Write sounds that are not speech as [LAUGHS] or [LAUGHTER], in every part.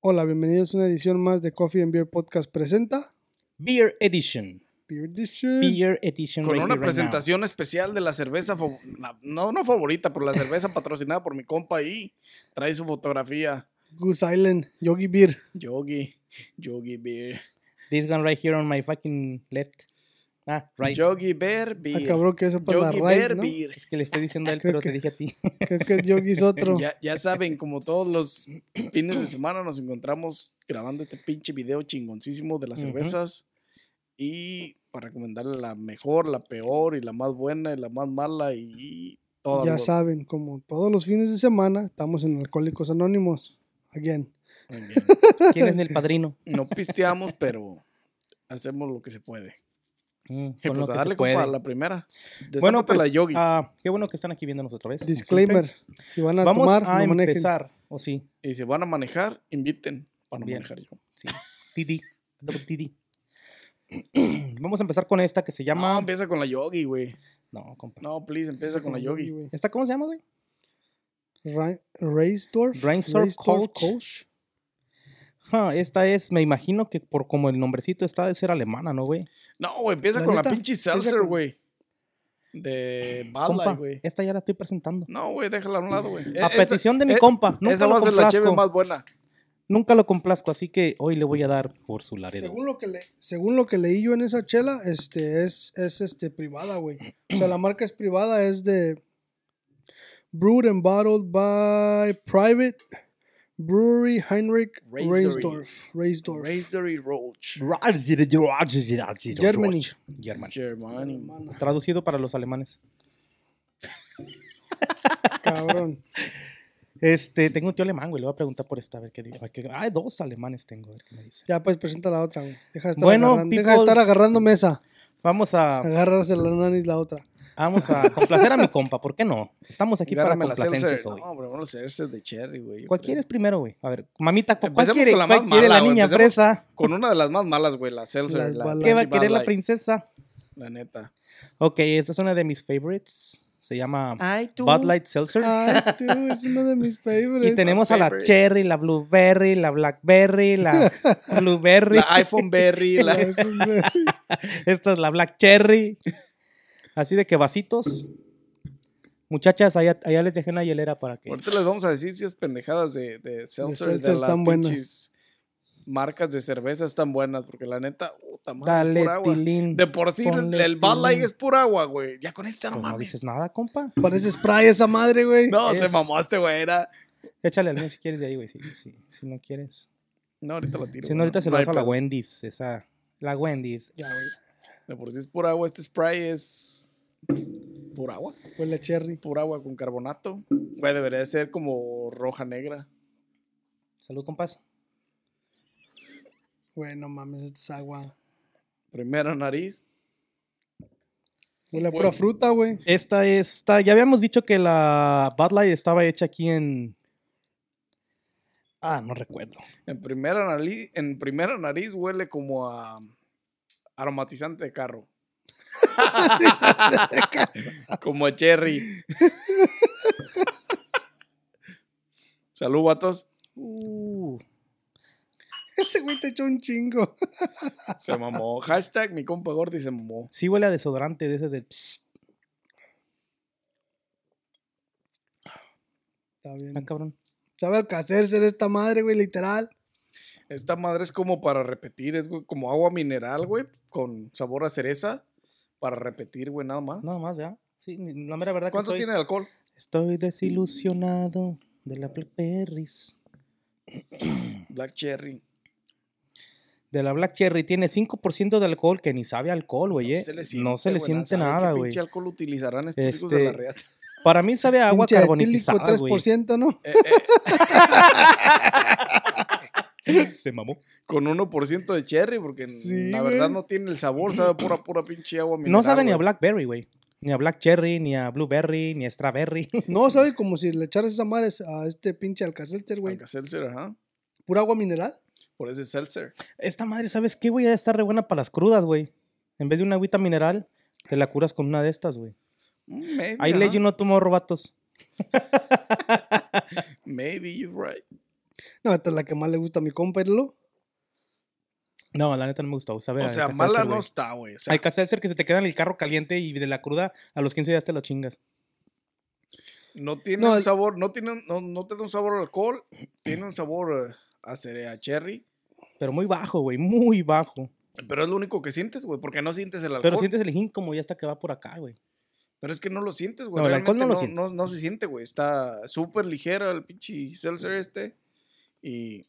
Hola, bienvenidos a una edición más de Coffee and Beer Podcast presenta Beer Edition. Beer Edition. Beer Edition. Con right una here, right now. presentación especial de la cerveza, fa- la- no, no favorita, pero la cerveza [LAUGHS] patrocinada por mi compa ahí. Trae su fotografía. Goose Island, Yogi Beer. Ah, Yogi, Yogi Beer. This one right here on my fucking left. Ah, right. Yogi Bear Beer. Ah, cabrón, que eso para la Yogi raíz, Bear ¿no? Beer. Es que le estoy [LAUGHS] diciendo a él, Creo pero que- te dije a ti. Creo que Yogi es otro. [LAUGHS] Ya, ya saben, como todos los fines de semana nos encontramos grabando este pinche video chingoncísimo de las Ujú. cervezas. Y para recomendarle la mejor, la peor, y la más buena, y la más mala, y todo. Ya saben, como todos los fines de semana, estamos en Alcohólicos Anónimos. Again. ¿Quién es el padrino? No pisteamos, pero hacemos lo que se puede. Mm, Sí, con pues lo a que darle se puede. compa a la primera. Bueno, Destápate pues, la yogi. ah, qué bueno que están aquí viéndonos otra vez. como Disclaimer. siempre. Si van a Vamos tomar, a no manejen. empezar. O sí, Y si van a manejar, inviten para no Bien. manejar yo. sí. Tidi. Double Tidi. [CLEARS THROAT] Vamos a empezar con esta que se No, llama... empieza con la yogi, güey. No, compa. No, please, empieza con la yogi. güey. ¿Esta cómo se llama, güey? Ra- Raisdorf. Reinsdorf Raisdorf Kolsch. Ah, esta es, me imagino que por como el nombrecito está de ser alemana, ¿no, güey? No, güey, empieza La con neta, la pinche empieza seltzer, con- güey. [LAUGHS] De Bad Light, Compa, güey. esta ya la estoy presentando. No, güey, déjala a un lado, güey. Eh, A petición de mi compa, nunca E, Esa va lo a ser la cheve complazco. más buena. Nunca lo complazco, así que hoy le voy a dar por su laredo. Según lo, que le- según lo que leí yo en esa chela, este es, es este, privada, güey. O sea, la marca es privada, es de Brewed and Bottled by Private Brewery Heinrich Reisdorf. Reisdorf. Reisdorf. Raspberry Roach. Germany. Germany. Germany. Traducido para los alemanes. Cabrón. Este, tengo un tío alemán, güey. Le voy a preguntar por esta, a ver qué digo. Ah, dos alemanes tengo, a ver qué me dice. Ya pues presenta la otra, güey. Deja de estar, Bueno, agarrando, deja de people- estar agarrando mesa. Vamos a, Agárrase la nanis la otra. vamos a complacer a mi compa, ¿por qué no? Estamos aquí Agárrame para la complacencias seltzer. hoy. No, pero vamos a seltzer de cherry, güey. yo ¿Cuál creo. quieres primero, güey? A ver, mamita, ¿cu- ¿cuál Empecemos quiere? con la ¿Cuál más quiere la mala, güey, niña empecemos. fresa? Con una de las más malas, güey, la seltzer. Las la balas. ¿Qué va a pinche Bud querer la Light, princesa? La neta. Ok, esta es una de mis favorites. Se llama Ah, Ay, tú. Bud Light Seltzer. Ay, tú, es una de mis favorites. Y [LAUGHS] tenemos a la favorite. Cherry, la Blueberry, la Blackberry, [LAUGHS] la Blueberry. La iPhone [LAUGHS] Berry, La- la... es un- Esta es la Black Cherry. Así de que vasitos. Muchachas, allá, allá les dejé una hielera para que. Ahorita les vamos a decir si es pendejadas de, de seltzer, de, seltzer las están buenas. pinches marcas de cerveza están buenas, porque la neta, puta madre, es Dale, pura agua. tilín. De por sí, ponle el Bud Light tilín. es pura agua, güey. Ya con esta no Pues no mames. dices nada, compa. Parece spray esa madre, güey. [LAUGHS] No, se Es- mamaste, güey. Era... Échale al mío si quieres de ahí, güey. Si, si- si no quieres. No, ahorita lo tiro. Si no, güey, ahorita se lo hay vas a la pedo. Wendy's. Esa. La Wendy's. Ya, güey. De por sí es pura agua. Este spray es. Pura agua. Huele a cherry. Pura agua con carbonato. Güey, debería ser como roja negra. Salud, compas. Güey, no mames, esta es agua. Primera nariz. Huele a Güey. pura fruta, güey. [LAUGHS] Esta está. Ya habíamos dicho que la Bud Light estaba hecha aquí en. Ah, no recuerdo. En primera nariz, en primera nariz huele como a aromatizante de carro. [LAUGHS] como a cherry. Salud, vatos. Uh, Ese güey te echó un chingo. Se mamó. Hashtag mi compa Gordy se mamó. sí huele a desodorante de ese del. psst. Está Ah, bien. cabrón. Sabe al cacerse de esta madre, güey, literal. Esta madre es como para repetir, es güey, como agua mineral, güey, con sabor a cereza. Para repetir, güey, nada más. Nada más, ya. Sí, ni- la mera verdad ¿Cuánto que estoy, tiene de alcohol? estoy desilusionado de la Blackberries. Black Cherry. De la Black Cherry tiene 5% de alcohol que ni sabe a alcohol, güey. eh. No se le güey, siente sabe nada, ¿Qué güey. pinche alcohol utilizarán estos hijos de Este, la reata? Para mí sabe a agua Pinche etílico, carbonizada, [LAUGHS] güey. 3%, ¿no? Eh, eh, Se mamó. con 1% de cherry, porque Sí, la verdad güey. no tiene el sabor, sabe a pura, pura pinche agua mineral. No sabe ni a güey. Blackberry, güey. Ni a Black Cherry, ni a Blueberry, ni a Strawberry. [LAUGHS] No, sabe como si le echaras esa madre a este pinche alcacelter, güey. Alka-Seltzer, ajá. Pura agua mineral. Por ese seltzer. Esta madre, ¿sabes qué, güey? Ha de estar re buena para las crudas, güey. En vez de una agüita mineral, te la curas con una de estas, güey. Mm, Maybe, Ahí ajá. ley you no tomo robatos. Maybe you're right. No, esta es la que más le gusta a mi compa, ¿lo? No, la neta no me gustó. Sabe, O a sea, Alka-Seltzer, mala güey. no está, güey. O sea, Alka-Seltzer que se te queda en el carro caliente y de la cruda a los 15 días te lo chingas. no tiene No, un el- sabor, no, tiene, un- no, no te da un sabor a alcohol, tiene un sabor eh, a, cere- a cherry. Pero muy bajo, güey, muy bajo. Pero es lo único que sientes, güey, porque no sientes el alcohol. Pero sientes el gin como ya hasta que va por acá, güey. Pero es que no lo sientes, güey. No, el alcohol Realmente no lo sientes. No, se siente, güey. Está súper ligera el pinche seltzer este. Y,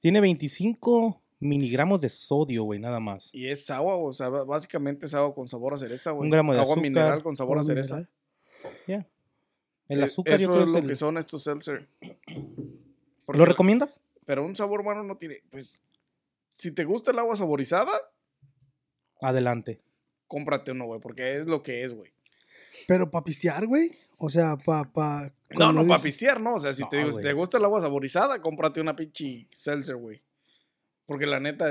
Tiene 25 miligramos de sodio, güey, nada más. y es agua, o sea, b- básicamente es agua con sabor a cereza, güey. Un gramo de agua azúcar, mineral con sabor a agua cereza. mineral. Ya. El Eh, azúcar yo eso creo es es lo el- que son estos [CLEARS THROAT] seltzer. Porque ¿Lo el- recomiendas? Pero un sabor humano no tiene, pues, si te gusta el agua saborizada, Adelante. cómprate uno, güey, porque es lo que es, güey. Pero para pistear, güey. O sea, para. Pa, No, no, cuando para dices- pistear, no. O sea, si No, te, digo, si güey. te gusta el agua saborizada, cómprate una pinche seltzer, güey. Porque la neta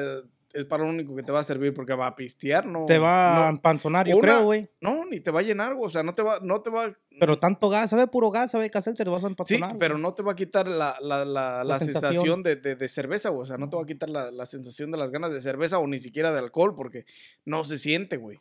es para lo único que te va a servir, porque va a pistear, no. Te va a No, empanzonar, yo Una- creo, güey. no, ni te va a llenar, güey. O sea, no te va, no te va. Pero tanto gas, sabe puro gas, sabe casel, te vas a Sí, empanzonar. pero no te va a quitar la, la, la, la sensación, sensación. de, de- de cerveza, güey. O sea, no te va a quitar la, la sensación de las ganas de cerveza o ni siquiera de alcohol, porque no se siente, güey.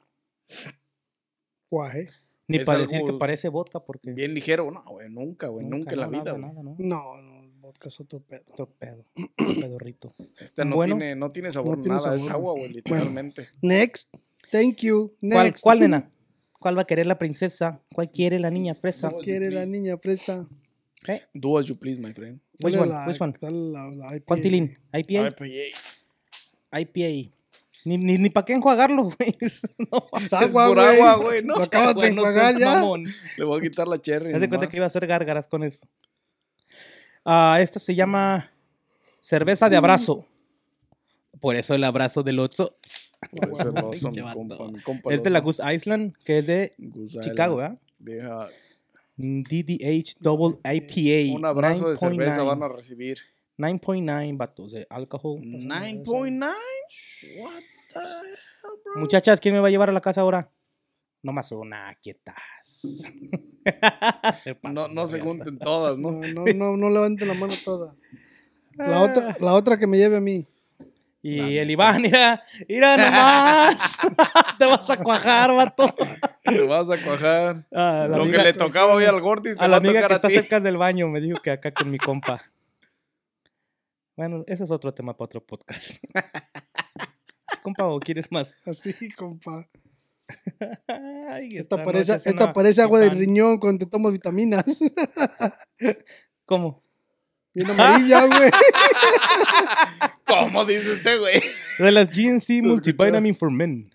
Guaje. Ni es para decir algo que parece vodka porque... Bien ligero, no, güey, nunca, güey, nunca, en la no, nada, vida, güey. nada, ¿no? No, no, el vodka es otro pedo. Otro pedo, [CLEARS THROAT] pedorrito. Esta no, Bueno, tiene, no tiene sabor, no tiene nada, es sabor. agua, [CLEARS THROAT] güey, literalmente. Next. Thank you. ¿Cuál, Next. [LAUGHS] ¿Cuál, nena? ¿Cuál va a querer la princesa? ¿Cuál quiere la niña fresa? No, pues, Quiere la niña presa. ¿Eh? Do as you please, my friend. Which Dale one? la- Which one? dale la- la IPA. ¿Cuál tilín? eh, A ¿IPA? ver, pues, yay. IPA. Ni, ni, ni para qué enjuagarlo, [LAUGHS] güey. No, Es Es agua, por güey. agua, güey, ¿no? Lo acabas de güey, no seas enjuagar ya. [LAUGHS] mamón. Le voy a quitar la cherry. Haz de cuenta nomás. que iba a hacer gárgaras con eso. Ah, esta se llama cerveza de abrazo. Por eso el abrazo del Otso. Por eso el oso, mi Pinche vato. compa, mi compa Es de el la oso. Goose Island, que es de Goose Island. Chicago, ¿verdad? Vieja, DDH Double IPA. Un abrazo de cerveza 9.9. van a Mm. recibir. 9.9 vatos de alcohol. 9.9? What the hell, bro? Muchachas, ¿quién me va a llevar a la casa ahora? No más una, quietas. [LAUGHS] Se pasan No, no de se verga. junten todas, No, [LAUGHS] ¿no? no, [LAUGHS] no, no levanten la mano toda. Ah. La otra, la otra que me lleve a mí. Y La el Iván, mira, mira nomás. [LAUGHS] Te vas a cuajar, vato. Te vas a cuajar. Ah, la Lo que amiga- le tocaba hoy al Gordis te a va la a amiga tocar que a está ti. cerca del baño me dijo que acá con mi compa. Bueno, ese es otro tema para otro podcast. ¿Compa o quieres más? Así, compa. Ay, Esta, noche parece, es esta una parece agua de pan. riñón cuando te tomas vitaminas. [LAUGHS] ¿Cómo? [LAUGHS] Bien amarilla, güey. [LAUGHS] ¿Cómo dice usted, güey? De las GNC [LAUGHS] escuchó. Multivitamin for Men.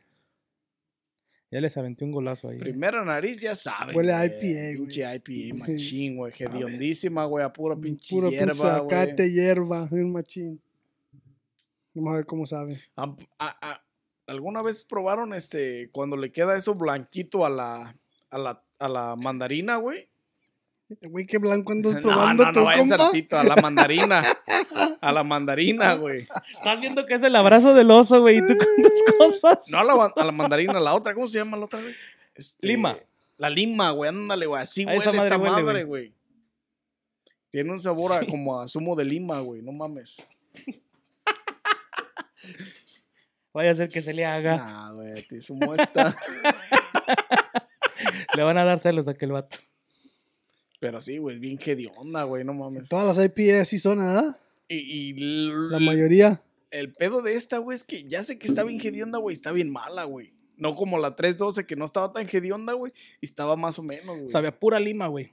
Ya les aventé un golazo ahí. Primera nariz, ya saben. Huele a güey. IPA, güey. Pinche IPA, machín, güey. Hediondísima, güey. A puro pinche Puro hierba, pinche zacate, güey. hierba, un machín. Vamos a ver cómo sabe. Am- a- a- ¿Alguna vez probaron este cuando le queda eso blanquito a la, a la, a la mandarina, güey? Güey, qué blanco andas No, probando no, tú, no, vayan compa. saltito, a la mandarina. A la mandarina, güey. Estás viendo que es el abrazo del oso, güey, y [LAUGHS] tú con tus cosas. No a la, a la mandarina, la otra, ¿cómo se llama la otra, güey? Este, Lima. La lima, güey, ándale, güey. Así A huele esa madre esta huele, madre, güey. Tiene un sabor a- Sí. como a zumo de lima, güey, no mames. Vaya a ser que se le haga. Ah, güey, te zumo esta. [LAUGHS] Le van a dar celos a aquel vato. Pero sí, güey, bien hedionda, güey, no mames. Todas las IPA así son, ¿ah? Y, y La Mm. mayoría. El pedo de esta, güey, es que ya sé que está bien hedionda, güey, está bien mala, güey. No como la 312, que no estaba tan hedionda, güey, y estaba más o menos, güey. Sabe a pura lima, güey.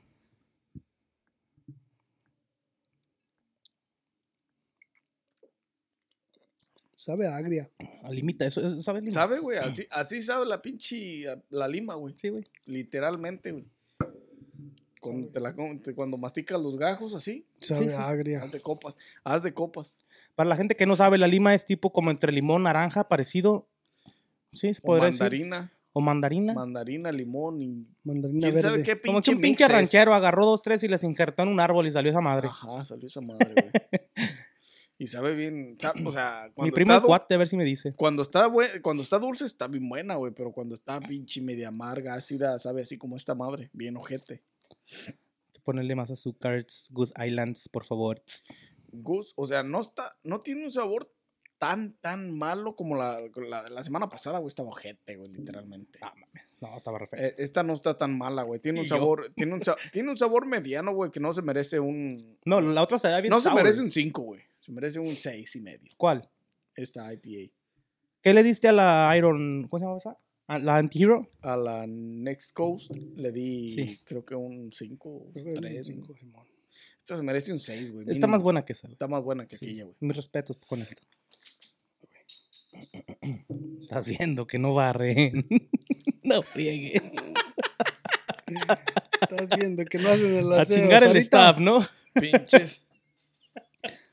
Sabe a agria. A limita, eso, eso sabe a lima. ¿Sabe, [CLEARS THROAT] güey? Así, así sabe la pinche, la lima, güey. Sí, güey. Literalmente, güey. Cuando, te la com- te- cuando masticas los gajos así, Sabe sí. a agria. haz de copas, haz de copas. Para la gente que no sabe, la lima es tipo como entre limón, naranja, parecido. Sí, se O podría decir. mandarina, O mandarina. mandarina, limón y... Mandarina ¿Quién sabe verde. qué pinche como que un mix pinche es? ranchero agarró dos, tres y les injertó en un árbol y salió esa madre. Ajá, salió esa madre, [LAUGHS] güey. y sabe bien, sa- o sea, Mi cuando primo está el du- cuate, a ver si me dice. Cuando está, bue- cuando está dulce está bien buena, güey, pero cuando está pinche media amarga, ácida, sabe así como esta madre, bien ojete. Ponerle más azúcar, Goose Islands, por favor. Goose, o sea, no está, no tiene un sabor tan, tan malo como la, la, la semana pasada, güey, estaba ojete, güey, literalmente. Ah, mames. No, estaba re feo. Eh, Esta no está tan mala, güey. Tiene un Y yo. sabor, tiene un, sa- tiene un sabor mediano, güey, que no se merece un. No, la otra se veía bien No se sour. merece un 5, güey. Se merece un 6 y medio. ¿Cuál? Esta IPA. ¿Qué le diste a la Iron... ¿Cómo se llama esa? ¿A la Antihero? A la Next Coast le di, Sí. creo que un 5, Creo que 3. un cinco, Simón. Esta se merece un 6, güey. Está mínimo. más buena que esa, güey. Está más buena que Sí. aquella, güey. Mis respetos con esto. [CLEARS THROAT] Estás viendo que no barren. [LAUGHS] no [LAUGHS] friegues. Estás viendo que no hacen el A aseo. chingar el Sarita, staff, ¿no? Pinches.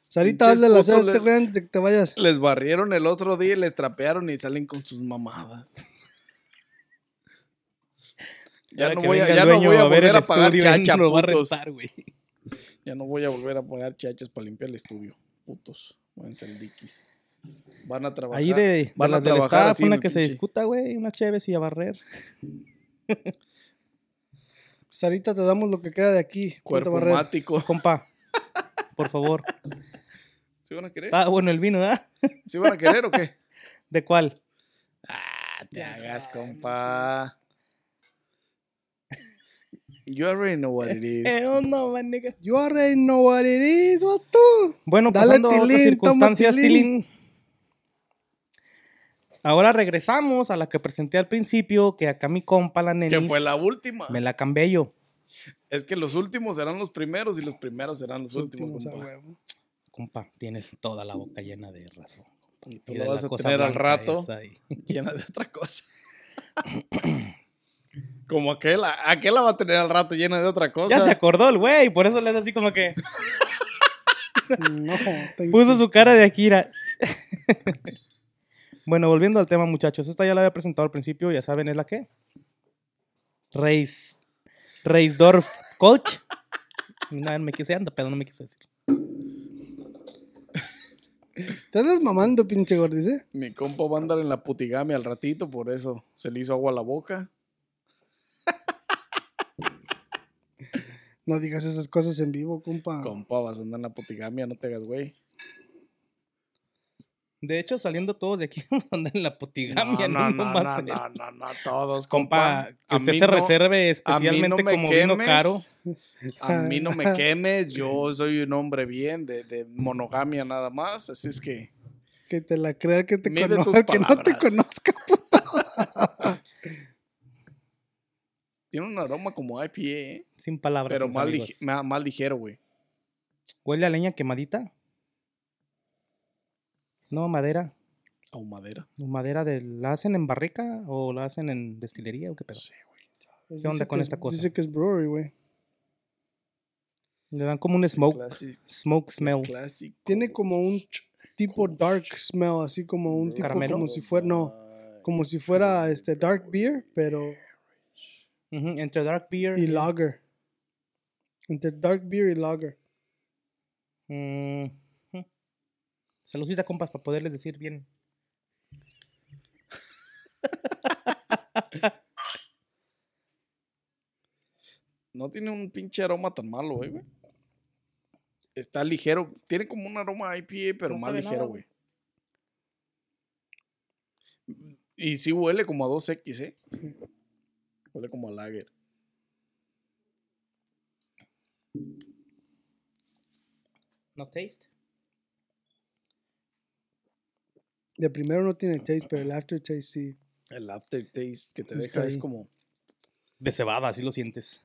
Sarita, Pinches hazle el aseo a este putos le- güey antes de que te vayas. [LAUGHS] Les barrieron el otro día y les trapearon y salen con sus mamadas. Ya Ahora no, que voy a, venga el ya no dueño voy a ver volver el a pagar estudio, [LAUGHS] chacha, no va a putos. rentar, güey. Ya no voy a volver a pagar chachas para limpiar el estudio. Putos. Váyanse al diquis. Van a trabajar. Ahí de, de Van a las del trabajar staff, así en una el que se pinche- discuta, güey, unas chéves y a barrer. Sarita, te damos lo que queda de aquí. Ponte Cuerpo a barrer. mático. [LAUGHS] Compa, por favor. ¿Sí van a querer? Está bueno el vino, ¿verdad? ¿Sí van a querer [LAUGHS] o qué? ¿De cuál? Ah, te Ya hagas, sabes, compa. You already know what [LAUGHS] it is. Eh, oh, no, man, nigga. You already know what it is, vato. Bueno, Dale, pasando a otras Tilín, toma, circunstancias, Tilín. Tilín. Ahora regresamos a la que presenté al principio, que acá mi compa, la nenis, Que fue la última. me la cambié yo. Es que los últimos serán los primeros y los primeros serán los últimos, Últimos, a ah, compa. huevo. Compa, tienes toda la boca llena de razón. compa. Y tú de lo la vas a cosa tener al blanca rato esa ahí. [LAUGHS] llena de otra cosa. [LAUGHS] Como aquel, aquel la va a tener al rato llena de otra cosa. ya se acordó el güey, por eso le hace así como que No, está bien. puso su cara de Akira. [LAUGHS] bueno, volviendo al tema, muchachos. Esta ya la había presentado al principio, ya saben, es la que. Reis. Reisdorf Coach. No, no me quise anda, pero no me quiso decir. Te andas mamando, pinche gordis, ¿eh? Mi compa va a andar en la putigame al ratito, por eso se le hizo agua a la boca. No digas esas cosas en vivo, compa. Compa, vas a andar en la putigame, no te hagas, güey. De hecho, saliendo todos de aquí, [LAUGHS] andan en la No, potigamia. no, no, no, no, va a no, ser. no, todos, compa. Compa, que A usted mí se no- reserve a mí no especialmente me como vino quemes, caro. A mí no me quemes, [LAUGHS] yo soy un hombre bien de, de monogamia nada más, así es que Que te la crea, que te Mide tus conozca, [LAUGHS] que no te palabras. conozca. tiene un aroma como IPA, ¿eh? Sin palabras. pero mis más, amigos. lige- ma- más ligero, güey. Huele a leña quemadita. No, madera. O madera. Madera de. ¿La hacen en barrica o la hacen en destilería o qué pedo? Sí, güey. ¿Qué onda con esta cosa? Dice que es brewery, güey. Le dan como un smoke. Clasi- Smoke smell. Clásico. Tiene como un ch- tipo dark smell, así como un tipo ¿Caramelo? como si fuera, no, como si fuera este dark beer, pero Ujú, Entre dark beer y lager. Entre dark beer y lager. Mm, ujú. Saludcita, compas, para poderles decir bien. No tiene un pinche aroma tan malo, eh, güey, güey. Está ligero. Tiene como un aroma IPA, pero No más sabe ligero, nada, güey. Y sí huele como a 2X, ¿eh? Huele como a lager. No taste. De primero no tiene taste, pero el aftertaste sí. El aftertaste que te Está deja es ahí. como... De cebada, así lo sientes.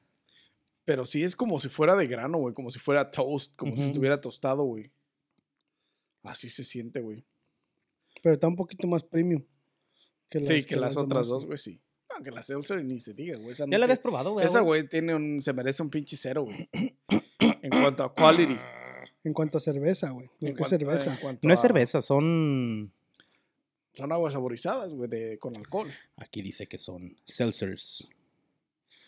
Pero sí es como si fuera de grano, güey. Como si fuera toast. Como si Ujú. estuviera tostado, güey. Así se siente, güey. Pero está un poquito más premium. Que Sí, que, las otras demás. dos, güey, sí. No, que la Seltzer ni se diga, güey. Esa, no Ya la tiene- habías probado, güey. esa, güey, tiene un, se merece un pinche cero, güey. en cuanto a quality. En cuanto a cerveza, güey. Lo en que es cuanto- cerveza. en cuanto No es a- cerveza, son. Son aguas saborizadas, güey, de- con [LAUGHS] alcohol. Aquí dice que son seltzers.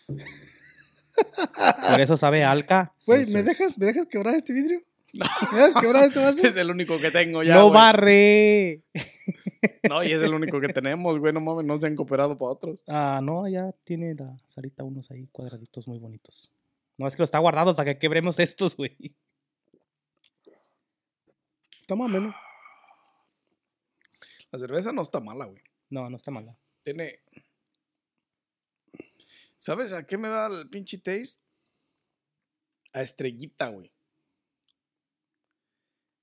Por eso sabe Alca. Güey, ¿me seltzers. dejas, ¿me dejas quebrar este [LAUGHS] vidrio? ¿Me dejas quebrar este vaso? es el único que tengo ya, Pues no güey. barre. No, y es el único que tenemos, güey. No mames, no se han cooperado para otros. Ah, no, ya tiene la Sarita unos ahí cuadraditos [LAUGHS] muy bonitos. No, es que lo está guardado hasta que quebremos estos, güey. Está más o menos. La cerveza no está mala, güey. No, no está mala. Tiene. ¿Sabes a qué me da el pinche taste? A estrellita, güey.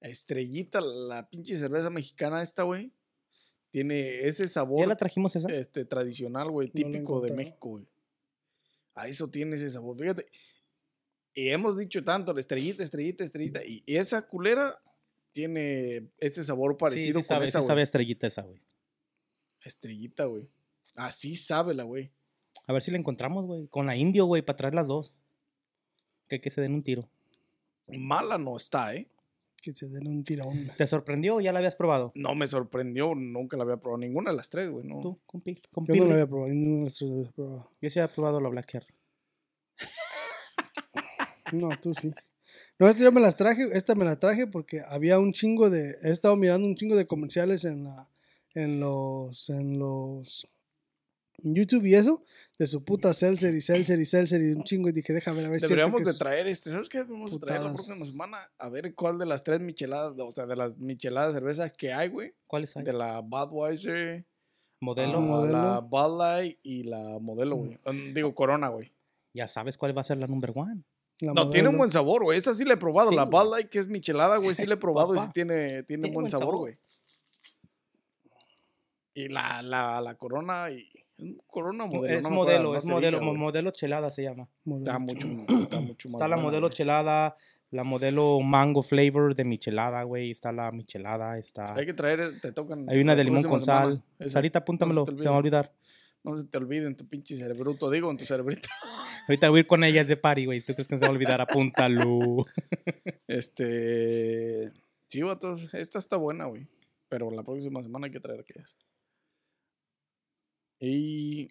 A estrellita, la pinche cerveza mexicana esta, güey. Tiene ese ¿Ya sabor la trajimos esa? este, tradicional, güey, No la típico de encontraba. México, güey. A eso tiene ese sabor. Fíjate. Y hemos dicho tanto, la estrellita, estrellita, estrellita. Y esa culera tiene ese sabor parecido sí, con sí sabe, esa, sí güey. sabe a estrellita esa, güey. Estrellita, güey. Así sabe la, güey. A ver si la encontramos, güey. Con la indio, güey, para traer las dos. Que, que se den un tiro. Mala no está, ¿eh? Que se den un tirón. ¿Te sorprendió o ya la habías probado? No me sorprendió, nunca la había probado ninguna de las tres, güey. No. Tú, con Pil. Con Yo no Pirri. lo había probado, ninguna de las tres lo había probado. Yo sí había probado la Black Cherry. No, tú sí. No, esta yo me las traje, esta me la traje porque había un chingo de, he estado mirando un chingo de comerciales en la, en los, en los en YouTube y eso, de su puta seltzer y seltzer y seltzer y un chingo y dije, deja ver, a ver si Deberíamos de es cierto traer este, ¿sabes qué? Vamos a traer la Putadas. próxima semana a ver cuál de las tres micheladas, o sea, de las micheladas cervezas que hay, güey. ¿Cuál es? ahí? De la Budweiser, Modelo. Mm. ah, Modelo. la Bud Light y la Modelo, güey. Um, Digo, Corona, güey. Ya sabes cuál va a ser la number one. que es la No, tiene un modelo. buen sabor, güey. Esa sí la he probado. Sí, la güey. Bud Light, que es michelada, [LAUGHS] güey, sí la he probado y sí Papá. tiene, tiene buen sabor, güey. Y la, la, la Corona y... mm, Corona o modelo. es no me acuerdo, modelo, no es se modelo. diga, mo- güey. modelo chelada se llama. Modelo. Está mucho, [COUGHS] está mucho más Está la buena, modelo güey. chelada, la modelo mango flavor de michelada, güey. Está la michelada, está... Hay que traer, te tocan. Hay una la de limón próxima con semana. sal. Esa. Sarita, apúntamelo, te se me va a olvidar. No se te olvide en tu pinche cerebruto, [LAUGHS] digo, en tu cerebrito. Ahorita voy a ir con ellas de party, güey. ¿Tú crees que se va a olvidar? [LAUGHS] Apúntalo. Este. Sí, vatos, esta está buena, güey. Pero la próxima semana hay que traer aquellas. Y.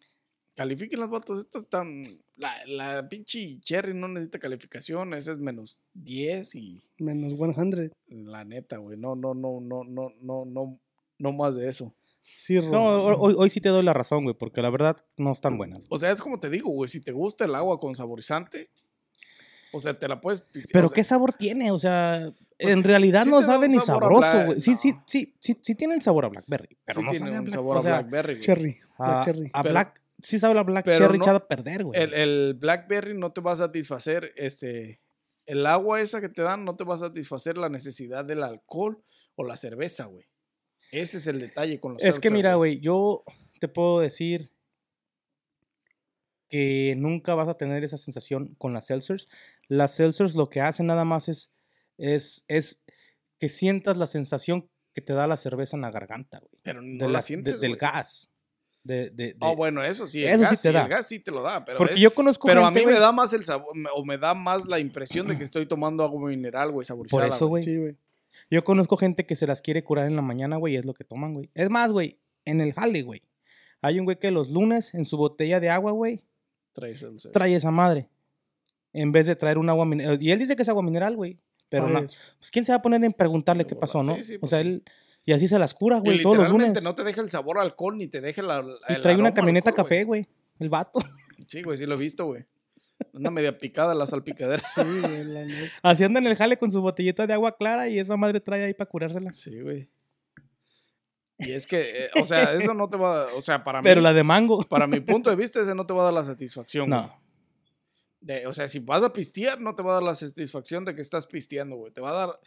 Califiquen las vatos, estas están. La, la pinche Cherry no necesita calificación, esa es menos 10 y. Menos 100. La neta, güey. No, no, no, no, no, no, no. No más de eso. Sí, No, Ro. hoy, hoy sí te doy la razón, güey, porque la verdad no están buenas. O sea, es como te digo, güey, si te gusta el agua con saborizante, o sea, te la puedes pistear, Pero o sea, qué sabor tiene, o sea, Pues en realidad sí no te da sabe un ni sabor a sabroso, black- güey. Sí, sí, no. sí, sí, sí tiene el sabor a blackberry, pero sí no tiene sabe a un black- sabor o sea, a blackberry. güey. Cherry. la a- cherry. a Pero- black, sí sabe la black pero cherry no- echada a perder, güey. El, el blackberry no te va a satisfacer, este, el agua esa que te dan no te va a satisfacer la necesidad del alcohol o la cerveza, güey. Ese es el detalle con los Es que seltzer, mira, güey, yo te puedo decir que nunca vas a tener esa sensación con las seltzers. Las seltzers lo que hacen nada más es, es, es que sientas la sensación que te da la cerveza en la garganta, güey. Pero no de la las- de- sientes, del güey. gas. De, de- de- Ah, bueno, eso sí, el, Eso sí gas, te sí, da. el gas sí te lo da, pero, Porque es- yo conozco pero a gente, mí me güey, da más el sabor, o me da más la impresión de que estoy tomando agua mineral, güey, Por saborizada. eso, güey. Sí, güey. Yo conozco gente que se las quiere curar en la mañana, güey, y es lo que toman, güey. Es más, güey, en el jale, güey. Hay un güey que los lunes en su botella de agua, güey, Trae seltzer. trae esa madre. En vez de traer un agua mineral. Y él dice que es agua mineral, güey. Pero Fire. no. Pues quién se va a poner en preguntarle De qué volada. pasó, ¿no? Sí, sí, o pues sea, sí. él. Y así se las cura, Y güey, todos los literalmente lunes. no te deja el sabor a alcohol ni te deja la. y trae una camioneta café, güey. El vato. [LAUGHS] Sí, güey, sí lo he visto, güey. Una media picada la salpicadera. Sí, güey, la neta. Así anda en el jale con su botellita de agua clara y esa madre trae ahí para curársela. Sí, güey. Y es que, eh, o sea, eso no te va a. O sea, para Pero mí. la de mango. Para mi punto de vista, ese no te va a dar la satisfacción. güey. No. De- o sea, si vas a pistear, no te va a dar la satisfacción de que estás pisteando, güey. Te va a dar.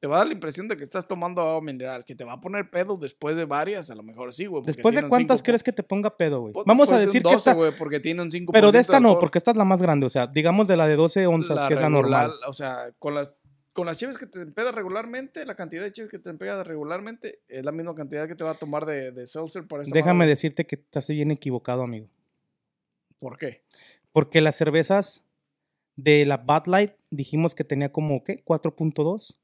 Te va a dar la impresión de que estás tomando agua mineral, que te va a poner pedo después de varias, a lo mejor sí, güey. porque ¿Después de tiene un cuántas 5%, crees que te ponga pedo, güey? pues, Vamos a después de un decir que 12, esta. güey, porque tiene un 5%. Pero de esta no, alcohol. porque esta es la más grande. O sea, digamos de la de 12 onzas, que es la regular, normal. O sea, con las, con las cheves que te empedas regularmente, la cantidad de cheves que te empedas regularmente es la misma cantidad que te va a tomar de, de seltzer este para esta Déjame madre. decirte que estás bien equivocado, amigo. ¿Por qué? Porque las cervezas de la Bud Light dijimos que tenía como, ¿qué? 4.2.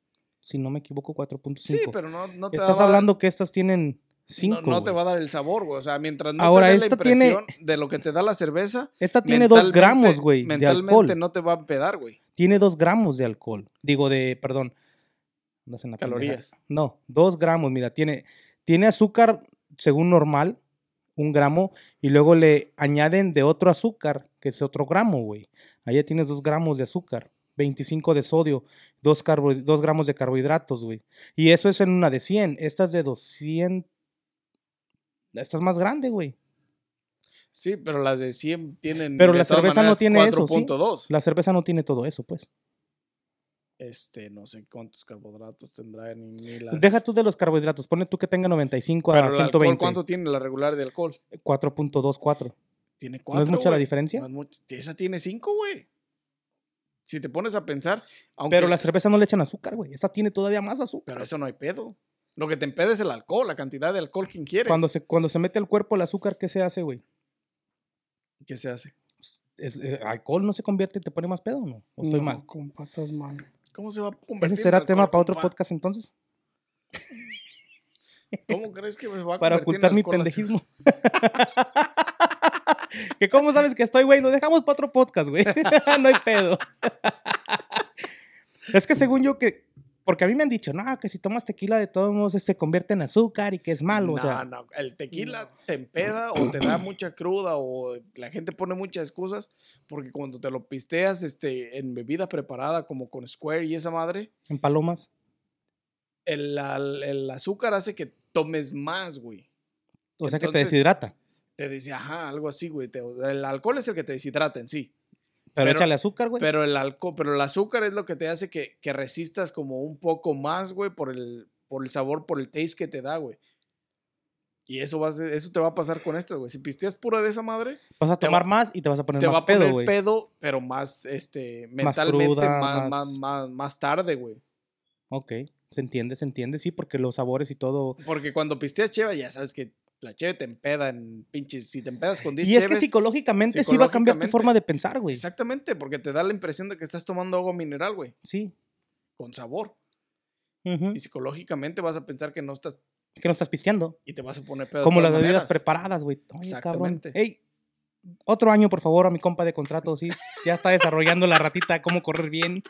Si no me equivoco, 4.5. Sí, pero no, no te Estás va a dar- hablando que estas tienen 5. no, no te va a dar el sabor, güey. O sea, mientras no Ahora, te dé la esta tiene- impresión de lo que te da la cerveza, Esta tiene 2 mentalmente- gramos, güey, de Mentalmente alcohol. no te va a empedar, güey. Tiene 2 gramos de alcohol. Digo, de, perdón. Andas en la pendeja. Calorías. No, 2 gramos, mira, tiene, tiene azúcar según normal, un gramo, y luego le añaden de otro azúcar, que es otro gramo, güey. Allá tienes 2 gramos de azúcar. 25 de sodio, 2, gramos de carbohidratos, güey. Y eso es en una de 100. Esta es de 200. Esta es más grande, güey. Sí, pero las de 100 tienen. Pero de la todas cerveza no maneras, tiene eso, ¿sí? 4.2. La cerveza no tiene todo eso, pues. Este, no sé cuántos carbohidratos tendrá ni, ni las. Deja tú de los carbohidratos. Pone tú que tenga 95 Pero a el 120. alcohol, ¿cuánto tiene la regular de alcohol? 4.24. Tiene ¿No cuatro. es mucha la güey. diferencia? No es mucho. Esa tiene cinco, güey. Si te pones a pensar. Aunque, Pero la cerveza no le echan azúcar, güey. Esa tiene todavía más azúcar. Pero eso no hay pedo. Lo que te impede es el alcohol, la cantidad de alcohol que quieres. Cuando se, cuando se mete al cuerpo el azúcar, ¿qué se hace, güey? ¿Qué se hace? Es- eh, ¿Alcohol no se convierte y te pone más pedo o no? ¿O estoy No, mal? Con patas mal. ¿Cómo se va a convertir? ¿Ese el será tema alcohol, para otro compa? podcast entonces? ¿Cómo crees que se va a Para convertir ocultar el mi alcohol así? pendejismo. [LAUGHS] que cómo sabes que estoy, güey, lo dejamos para otro podcast, güey. [LAUGHS] no hay pedo. [LAUGHS] es que según yo que porque a mí me han dicho, "No, que si tomas tequila de todos modos se convierte en azúcar y que es malo", o No, sea, no, el tequila te empeda o te da mucha cruda o la gente pone muchas excusas porque cuando te lo pisteas este, en bebida preparada como con Square y esa madre, en palomas. el, al- el azúcar hace que tomes más, güey. O sea, que te Entonces- deshidrata. Te dice, ajá, algo así, güey. te- el alcohol es el que te deshidrata en sí. Pero, pero- échale azúcar, güey. Pero el alcohol, pero el azúcar es lo que te hace que, que resistas como un poco más, güey, por el, por el sabor, por el taste que te da, güey. Y eso, vas, eso te va a pasar con estas, güey. Si pisteas pura de esa madre, Vas a te va- tomar más y te vas a poner te va más a poner pedo, pedo, güey. pero más este, mentalmente, cruda, más, más- más- más- más tarde, güey. Ok, se entiende, se entiende, sí, porque los sabores y todo. Porque cuando pisteas cheva, ya sabes que la cheve te empeda en pinches. Si te empedas con 10 Y es que cheves- psicológicamente, sí va a cambiar tu psicológicamente. forma de pensar, güey. Exactamente, porque te da la impresión de que estás tomando agua mineral, güey, Sí. con sabor. Ujú. Y psicológicamente vas a pensar que no estás. Que no estás pisteando. Y te vas a poner pedo. de Como todas las bebidas maneras. preparadas, güey. Oye, cabrón. Exactamente. Ey, otro año, por favor, a mi compa de contrato, sí. Ya está desarrollando la ratita, cómo correr bien.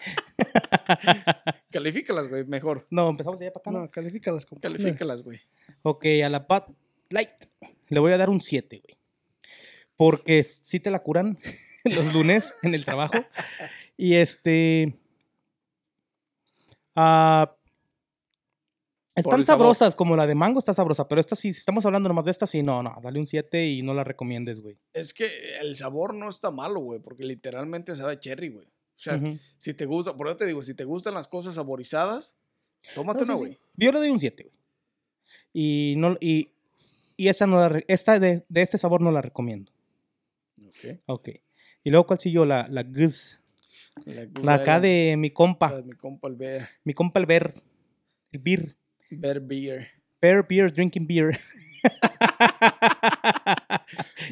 Califícalas, güey, mejor. No, empezamos de allá para acá. Ah, ¿no? No, califícalas con Califícalas, Eh. güey. Ok, a la Pat Light le voy a dar un 7, güey. Porque sí te la curan [LAUGHS] los lunes en el trabajo. Y este. ah, Por están el sabor. sabrosas, como la de mango está sabrosa, pero esta sí, si estamos hablando nomás de esta, sí, no, no, dale un 7 y no la recomiendes, güey. Es que el sabor no está malo, güey, porque literalmente sabe a cherry, güey. O sea, Ujú. si te gusta, por eso te digo, si te gustan las cosas saborizadas, tómate No, una, sí, güey. sí. Yo le doy un 7, güey. Y, no, y, y esta, no la re- esta de, de este sabor no la recomiendo. Ok. Ok. Y luego, ¿cuál siguió? La, la Guz. La, La acá de mi compa. la de Mi compa, el Bear, Mi compa el Bear. El Beer. Bear Beer. Bear Beer Drinking [LAUGHS] Beer.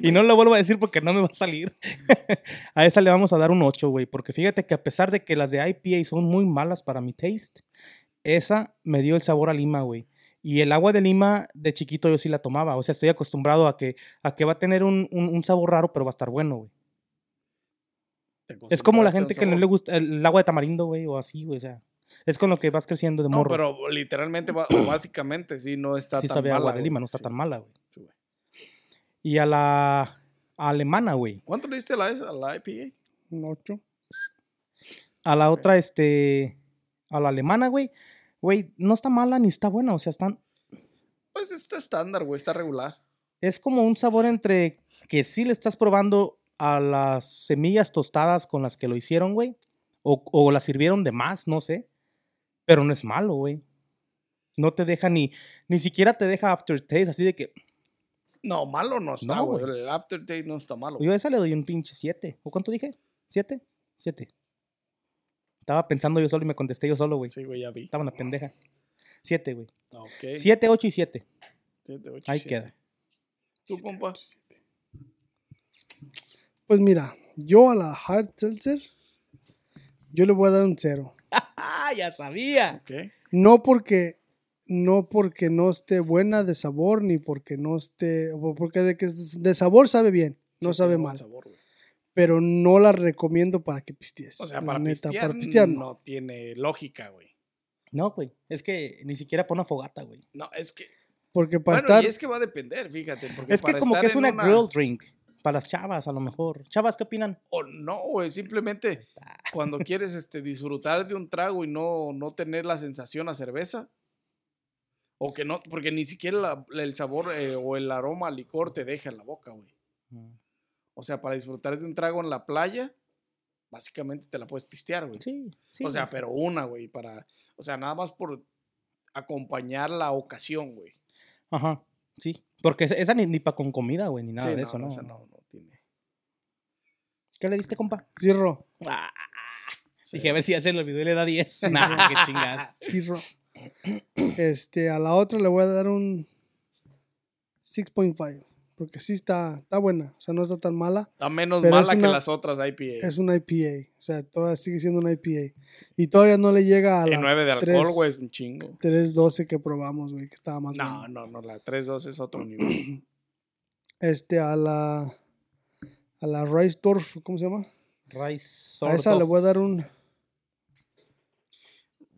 y no lo vuelvo a decir porque no me va a salir. [LAUGHS] a esa le vamos a dar un 8, güey. Porque fíjate que a pesar de que las de IPA son muy malas para mi taste, esa me dio el sabor a lima, güey. Y el agua de lima de chiquito yo sí la tomaba. O sea, estoy acostumbrado a que, a que va a tener un, un- un sabor raro, pero va a estar bueno, güey. Te Es como la acostumbraste a un gente que no sabor. le gusta el, el agua de tamarindo, güey, o así, güey. O sea, es con lo que vas creciendo de No, morro. pero literalmente, [CLEARS THROAT] ba- o básicamente, sí, no está sí tan sabe a mala, agua de güey. lima, no está Sí, tan mala, güey. sí, güey. Y a la alemana, güey. ¿Cuánto le diste a la, esa- a la IPA? Un ocho. A la otra, este. A la alemana, güey. Güey, no está mala ni está buena. O sea, están. Pues está estándar, güey, está regular. Es como un sabor entre que sí le estás probando a las semillas tostadas con las que lo hicieron, güey. O, o las sirvieron de más, no sé. Pero no es malo, güey. No te deja ni. Ni siquiera te deja aftertaste, así de que. No, malo no está, No, güey. güey. El aftertaste no está malo. Yo a esa le doy un pinche 7. ¿O cuánto dije? ¿7? 7. Estaba pensando yo solo y me contesté yo solo, güey. Sí, güey, ya vi. Estaba una pendeja. 7, güey. Ok. 7, 8 y 7. Siete, ocho, Ahí siete. queda. ¿Tú, compa? Pues mira, yo a la Hard Seltzer, yo le voy a dar un cero. ¡Ah, ya sabía! Ok. No porque no porque no esté buena de sabor ni porque no esté o porque de que es- de sabor sabe bien, no Sí, sabe tiene buen mal, sabor, güey. pero no la recomiendo para que pistees. o sea, la para, neta, pistear, para pistear no. no. tiene lógica, güey. No, güey. Es que ni siquiera pone una fogata, güey. No, es que. porque para Bueno, estar y es que va a depender, fíjate. Porque Es que para como que estar es en una, grill drink. Para las chavas, a lo mejor. Chavas, ¿qué opinan? Ah. O no, güey, simplemente cuando quieres este, disfrutar de un trago y no, no tener la sensación a cerveza. O que no, porque ni siquiera la- la- el sabor eh, o el aroma al licor te deja en la boca, güey. Mm. O sea, para disfrutar de un trago en la playa, básicamente te la puedes pistear, güey. Sí, sí. o sea, güey. pero una, güey, para, o sea, nada más por acompañar la ocasión, güey. Ajá, sí. Porque esa, esa ni, ni para con comida, güey, ni nada Sí, Ah, de eso, ¿no? esa no, no tiene. ¿Qué le diste, compa? Cirro, Ah, Sí. Dije, a ver si hace el olvidó y le da [LAUGHS] 10. nah, qué chingas. cirro. Este, a la otra le voy a dar un 6.5. Porque sí está, está buena. O sea, no está tan mala. Está menos Pero es mala que una- las otras IPA. Es una IPA. O sea, todavía sigue siendo una IPA. Y todavía no le llega a El la 9 de alcohol, tres- güey, es un chingo. 3.12 que probamos, güey. Que estaba más No, buena. no, no, la 3-2 es otro nivel. [CLEARS THROAT] Este, a la. A la Rice Dorf, ¿cómo se llama? Rice A esa le voy a dar un.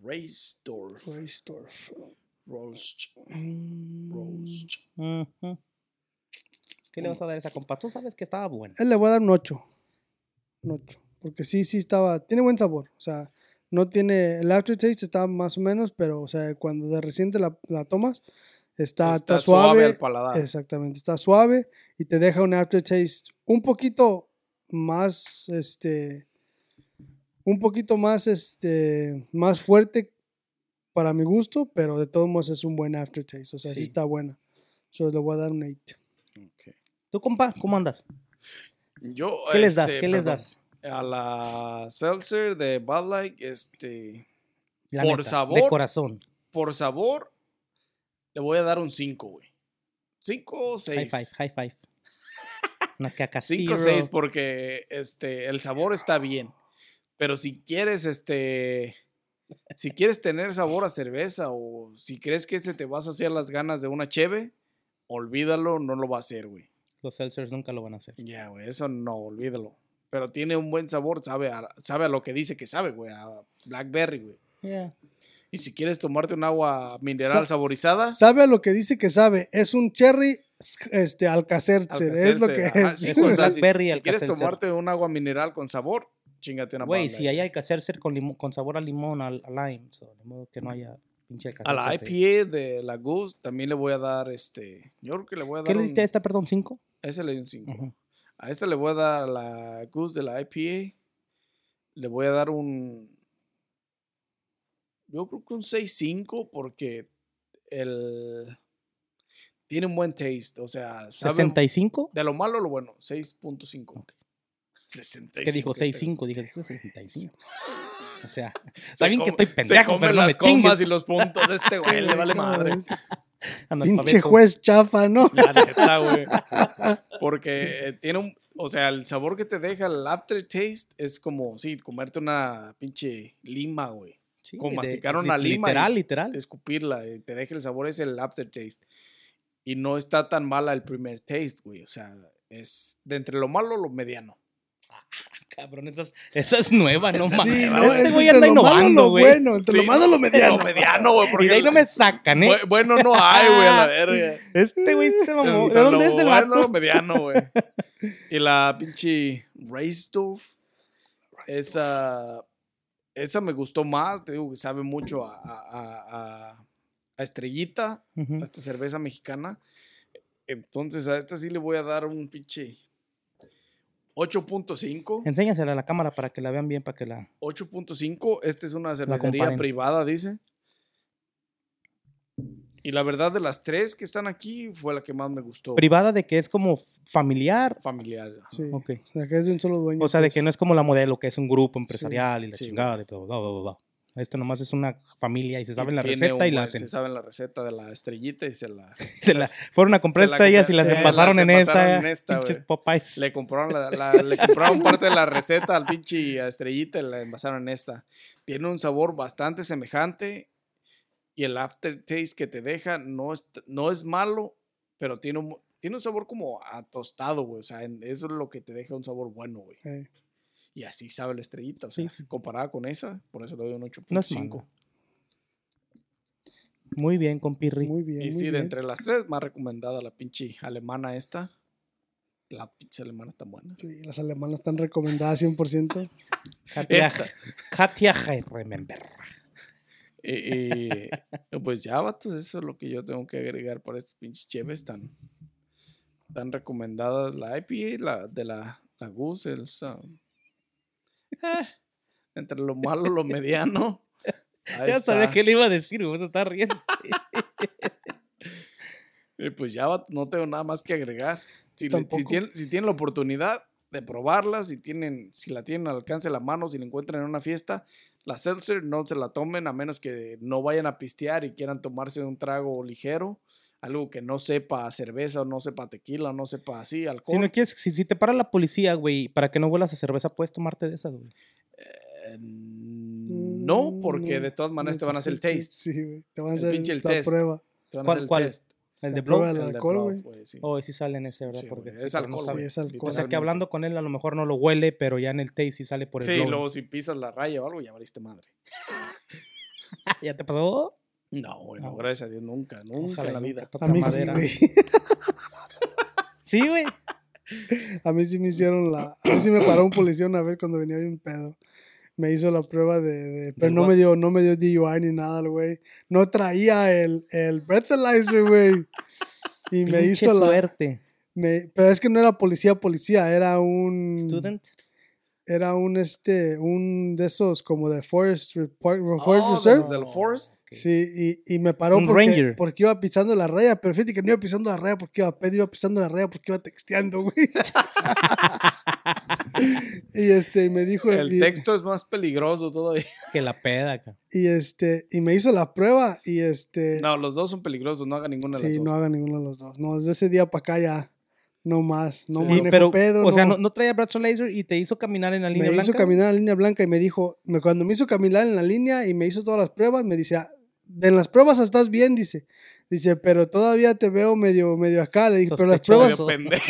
Racedorf. Reisdorf. Roast. Mm. Roast. Ujú. ¿Qué le vas a dar a esa, compa? Tú sabes que estaba buena. Él le voy a dar un 8. Un 8. Porque sí, sí estaba. Tiene buen sabor. O sea, no tiene. El aftertaste está más o menos, pero, o sea, cuando de reciente la, la tomas, está, está suave. al paladar. Exactamente, está suave y te deja un aftertaste un poquito más, este, un poquito más, este, más fuerte para mi gusto, pero de todos modos es un buen aftertaste, o sea, sí, Sí. está buena. Yo le voy a dar un 8. Ok. ¿Tú, compa, cómo andas? Yo, ¿Qué les das? este, ¿Qué les perdón, das? A la Seltzer de Bud Light, este, La Por neta, De sabor. corazón. por sabor, le voy a dar un 5, güey. 5 o High 6. five, high five. Una caca 5 o zero. 6 porque este, el sabor está bien. Pero si quieres, este, si quieres tener sabor a cerveza o si crees que se te vas a hacer las ganas de una cheve, olvídalo, no lo va a hacer, güey. Los seltzers nunca lo van a hacer. Ya, güey, eso no, olvídalo. Pero tiene un buen sabor, sabe a, sabe a lo que dice que sabe, güey, a Blackberry, güey. Yeah. Y si quieres tomarte un agua mineral Sa- saborizada, Sabe a lo que dice que sabe, es un cherry, este, alcacercer, es lo que Alcacelser, ajá, es. sí, Es un o sea, si- Blackberry, si quieres Alcacelser. tomarte un agua mineral con sabor, chingate una Güey, Bud si Light. ahí hay que hacerse con, limo- con sabor a limón, al a lime. so, de modo que no haya pinche A la Alcacelser. IPA de la Goose también le voy a dar este. Yo creo que le voy a dar. ¿Qué le un- diste a esta, perdón? ¿Cinco? a ese le di un 5. Ujú. A este le voy a dar a la Goose de la IPA. Le voy a dar un. Yo creo que un 6-5 porque el. Tiene un buen taste. O sea, sabe ¿65? de lo malo a lo bueno. 6.5. [LAUGHS] Ok. ¿Qué Es que dijo 6-5, dije 65. O sea, [LAUGHS] está bien que come- estoy pendejo, se pero comen no me las comas chingues. y los puntos. Este güey le [LAUGHS] vale madre. Analfabeto. Pinche juez chafa, ¿no? La neta, güey. Porque eh, tiene un. O sea, el sabor que te deja el aftertaste es como, sí, comerte una pinche lima, güey. Sí, Con de- masticar de- una lima y- Literal, literal. Escupirla, eh, te deja el sabor, es el aftertaste. Y no está tan mala el primer taste, güey. O sea, es de entre lo malo lo mediano. Cabrón, esa es- esa es nueva, no Sí, mames. ¿no? Este Es güey entre anda lo malo, innovando, lo güey. Bueno, entre lo [LAUGHS] Sí, malo, lo mediano. Lo mediano, güey. Y de ahí no me sacan, ¿eh? Bu- Bueno, no hay, [LAUGHS] güey, a la verga. Este güey se mamó. ¿De Entre dónde Mm, lo es el bueno, vato? mediano, güey. Y la pinche Reisdorf. Esa, esa me gustó más. Te digo que sabe mucho a, a- a- a- a Estrellita, Ujú. a esta cerveza mexicana. Entonces a esta sí le voy a dar un pinche 8.5. Enséñasela a la cámara para que la vean bien, para que la... 8.5. Esta es una cervecería comparen. privada, dice. Y la verdad, de las tres que están aquí, fue la que más me gustó. Privada de que es como familiar. familiar. Sí, Ok. o sea, que es de un solo dueño. O sea, de pues. que no es como la modelo, que es un grupo empresarial y la sí, güey. chingada de bla, bla, bla, bla, bla. Esto nomás es una familia y se saben la tiene receta y un la buen- hacen. Se saben la receta de la estrellita y [LAUGHS] se la. Se la- fueron a comprar se la estrellas y compra- las se envasaron las en envasaron esa. en esta, pinches güey. Popeyes. Le compraron, la, la- le compraron parte de la receta al pinche estrellita y la envasaron en esta. Tiene un sabor bastante semejante y el aftertaste que te deja no es, no es malo, pero tiene un, tiene un sabor como a tostado, güey. O sea, en- eso es lo que te deja un sabor bueno, güey. Eh, Y así sabe la estrellita. O sea, Sí, sí. comparada con esa, por eso le doy un No es 8.5. mala. Muy bien, compirri. muy bien. y muy sí, de bien. entre las tres, más recomendada la pinche alemana esta. La pinche alemana está buena. Sí, las alemanas están recomendadas 100%. Katia, Esta- Katia Hei- remember. [LAUGHS] [LAUGHS] Eh, eh, pues ya, vatos, eso es lo que yo tengo que agregar para estas pinches cheves tan, tan recomendadas. La IPA, la de la, la Goose, el Sound. Eh, entre lo malo, [LAUGHS] lo mediano. Ahí Ya sabía está. que le iba a decir, güey. Se está riendo. Eh, pues ya, vato, no tengo nada más que agregar. Si, le- si Tampoco. tienen, si tienen la oportunidad de probarla, si, tienen, si la tienen al alcance de la mano, si la encuentran en una fiesta, la seltzer no se la tomen a menos que no vayan a pistear y quieran tomarse un trago ligero, algo que no sepa a cerveza o no sepa a tequila o no sepa así, alcohol. Si no quieres, si, si te para la policía, güey, para que no vuelas a cerveza, puedes tomarte de esas, güey. Eh, no, porque Mm, de todas maneras te van a hacer el taste. Sí, güey. Te van a El hacer pinche el la test. prueba. Te van a ¿Cuál- hacer el cuál? test. El La de prueba blog. del El de alcohol, Blood, güey. güey, sí. Hoy sí sale en ese, ¿verdad? Sí, Oh, Porque güey, sí, es pero no alcohol, sabe. güey, Sí, es alcohol. O sea literalmente. que hablando con él a lo mejor no lo huele, pero ya en el taste sí sale por el Sí, blow. luego si pisas la raya o algo, ya valiste madre. [LAUGHS] ¿Ya te pasó? No, bueno, No. gracias a Dios, nunca, nunca Ojalá en la nunca vida. toca A mí madera. sí, güey. [LAUGHS] Sí, güey. A mí sí me hicieron la... A mí sí me paró un policía una vez cuando venía bien pedo. Me hizo la prueba de... de- pero no what? me, dio, no me dio DUI ni nada, el güey. No traía el, el breathalyzer, güey. Y me Pinche hizo la... suerte. me- pero es que no era policía, policía. Era un... Student. Era un, este... Un de esos como de Forest, Re- Park- Forest Oh, de Reserve. los del Forest. ok. Sí, y, y me paró Un porque, ranger. porque iba pisando la raya, pero fíjate que no iba pisando la raya porque iba pedo, iba pisando la raya porque iba texteando, [LAUGHS] güey. y este, y me dijo, El y, texto es más peligroso todavía. Que la peda, acá. y este, y me hizo la prueba y este, No, los dos son peligrosos, no haga ninguna de las sí, dos. no haga ninguno de los dos. No, desde ese día para acá ya, no más, no Sí. manejo Y- pero, pedo, o sea, no, no traía brazo laser y te hizo caminar en la me línea blanca. hizo caminar en la línea blanca y me dijo, me, cuando me hizo caminar en la línea y me hizo todas las pruebas, me dice, "Ah, de las pruebas estás bien, dice. Dice, pero todavía te veo medio, medio acá. Le dije, pero las Sospechoso. pruebas, Medio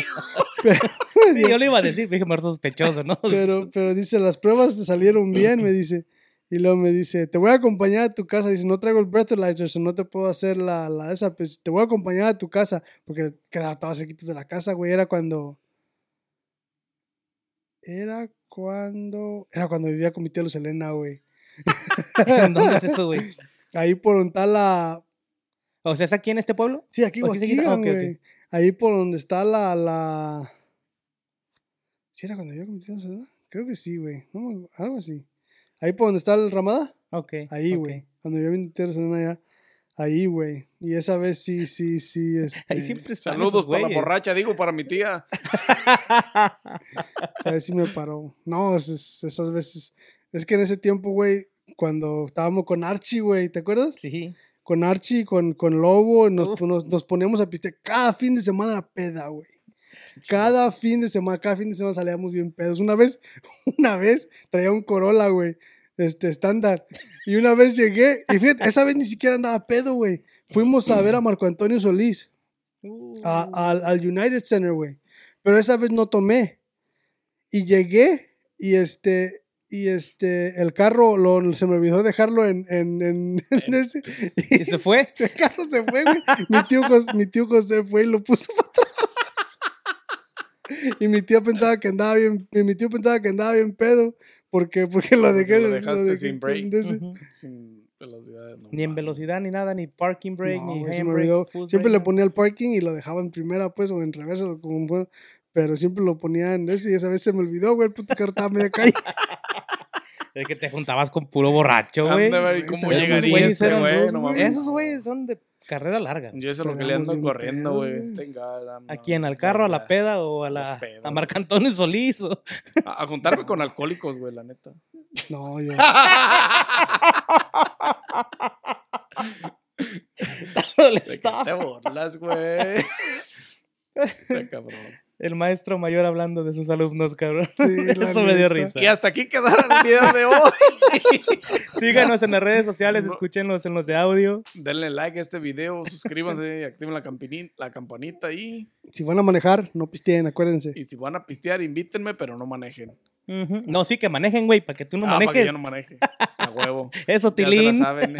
pendejo. [LAUGHS] Sí, yo le iba a decir, dije, más sospechoso, ¿no? pero, pero dice, las pruebas te salieron bien, me dice. Y luego me dice, te voy a acompañar a tu casa. Dice, no traigo el breathalyzer, so no te puedo hacer la, la esa. pues, te voy a acompañar a tu casa. Porque quedaba estaba cerquita de la casa, güey. Era cuando... Era cuando... Era cuando vivía con mi tía Lucelena, güey. [LAUGHS] ¿En ¿Dónde es eso, güey? Ahí por donde está la... O sea, ¿es aquí en este pueblo? Sí, aquí, ¿O aquí Joaquín, cerquita? Ah, ok, güey. ok. Ahí por donde está la... la... ¿Sí era cuando vivía con mi tía Lucelena? Creo que sí, güey. No me- algo así. Ahí por donde está el Ramada. Ok. Ahí, ok. güey. Cuando yo vine a una allá. Ahí, güey. Y esa vez sí, sí, sí. Este, [LAUGHS] Ahí siempre están Saludos esos para la güeyes. borracha, digo, para mi tía. esa vez sí me paró. No, es- es- esas veces. Es que en ese tiempo, güey, cuando estábamos con Archie, güey, ¿te acuerdas? Sí. Con Archie, con, con Lobo, nos, Uf. nos, nos poníamos a pistear cada fin de semana la peda, güey. Cada fin de semana, cada fin de semana salíamos bien pedos. Una vez, [LAUGHS] una vez traía un Corolla, güey, este estándar. Y una vez llegué, y fíjate, esa vez ni siquiera andaba pedo, güey. Fuimos a ver a Marco Antonio Solís, Uh, a- al- al United Center, güey. Pero esa vez no tomé. Y llegué, y este, y este, el carro, lo, se me olvidó dejarlo en, en, en- [LAUGHS] en ese. ¿Y [LAUGHS] se fue? El carro se fue, güey. Mi tío, Jos- mi tío José fue y lo puso para atrás. [LAUGHS] Y mi tío pensaba que andaba bien, y mi tío pensaba que andaba bien pedo, porque, porque lo dejé. lo dejaste dejé sin brake. de ese. Ujú. Sin velocidad. no Ni en mames. velocidad, ni nada, ni parking brake, No, ni güey, se me handbrake, olvidó. foot Siempre brake, le no. ponía el parking y lo dejaba en primera, pues, o en reversa, o como fuera. Pero siempre lo ponía en ese y esa vez se me olvidó, güey. El puto carro estaba media [LAUGHS] calle. Es que te juntabas con puro borracho, Ande güey. a güey, ver cómo esos llegaría güeyes este eran güey, dos, no güey. mames. Esos güeyes son de carrera larga. Yo eso es lo que le ando Salgamos bien corriendo, pedo, güey. güey. Tenga, la ¿A madre, quién? ¿Al carro, a ya. la peda o a Las la pedas, a güey. Marcantón Solís? o- [LAUGHS] A, a juntarme con alcohólicos, güey, la neta. No, yo. al De que staff? te burlas, güey. [LAUGHS] Está cabrón. El maestro mayor hablando de sus alumnos, cabrón. [LAUGHS] Sí, la Eso me neta. dio risa. [LAUGHS] Y hasta aquí quedará el video de hoy. [LAUGHS] Síganos en las redes sociales, No. escúchenlos en los de audio. Denle like a este video, suscríbanse, y activen la, campini- la campanita y, Si van a manejar, no pisteen, acuérdense. y si van a pistear, invítenme, pero no manejen. Ujú. No, sí, que manejen, güey, para que tú no ah, para que manejes. yo no maneje. A [LAUGHS] huevo. Eso, Ya se la Tilín. saben.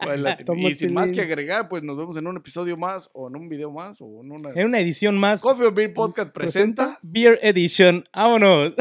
Pues [LAUGHS] la- Toma, y sin más que Tilín. agregar, pues nos vemos en un episodio más o en un video más o en una... En una edición más. Coffee or Beer Podcast presenta... Beer Edition. Vámonos.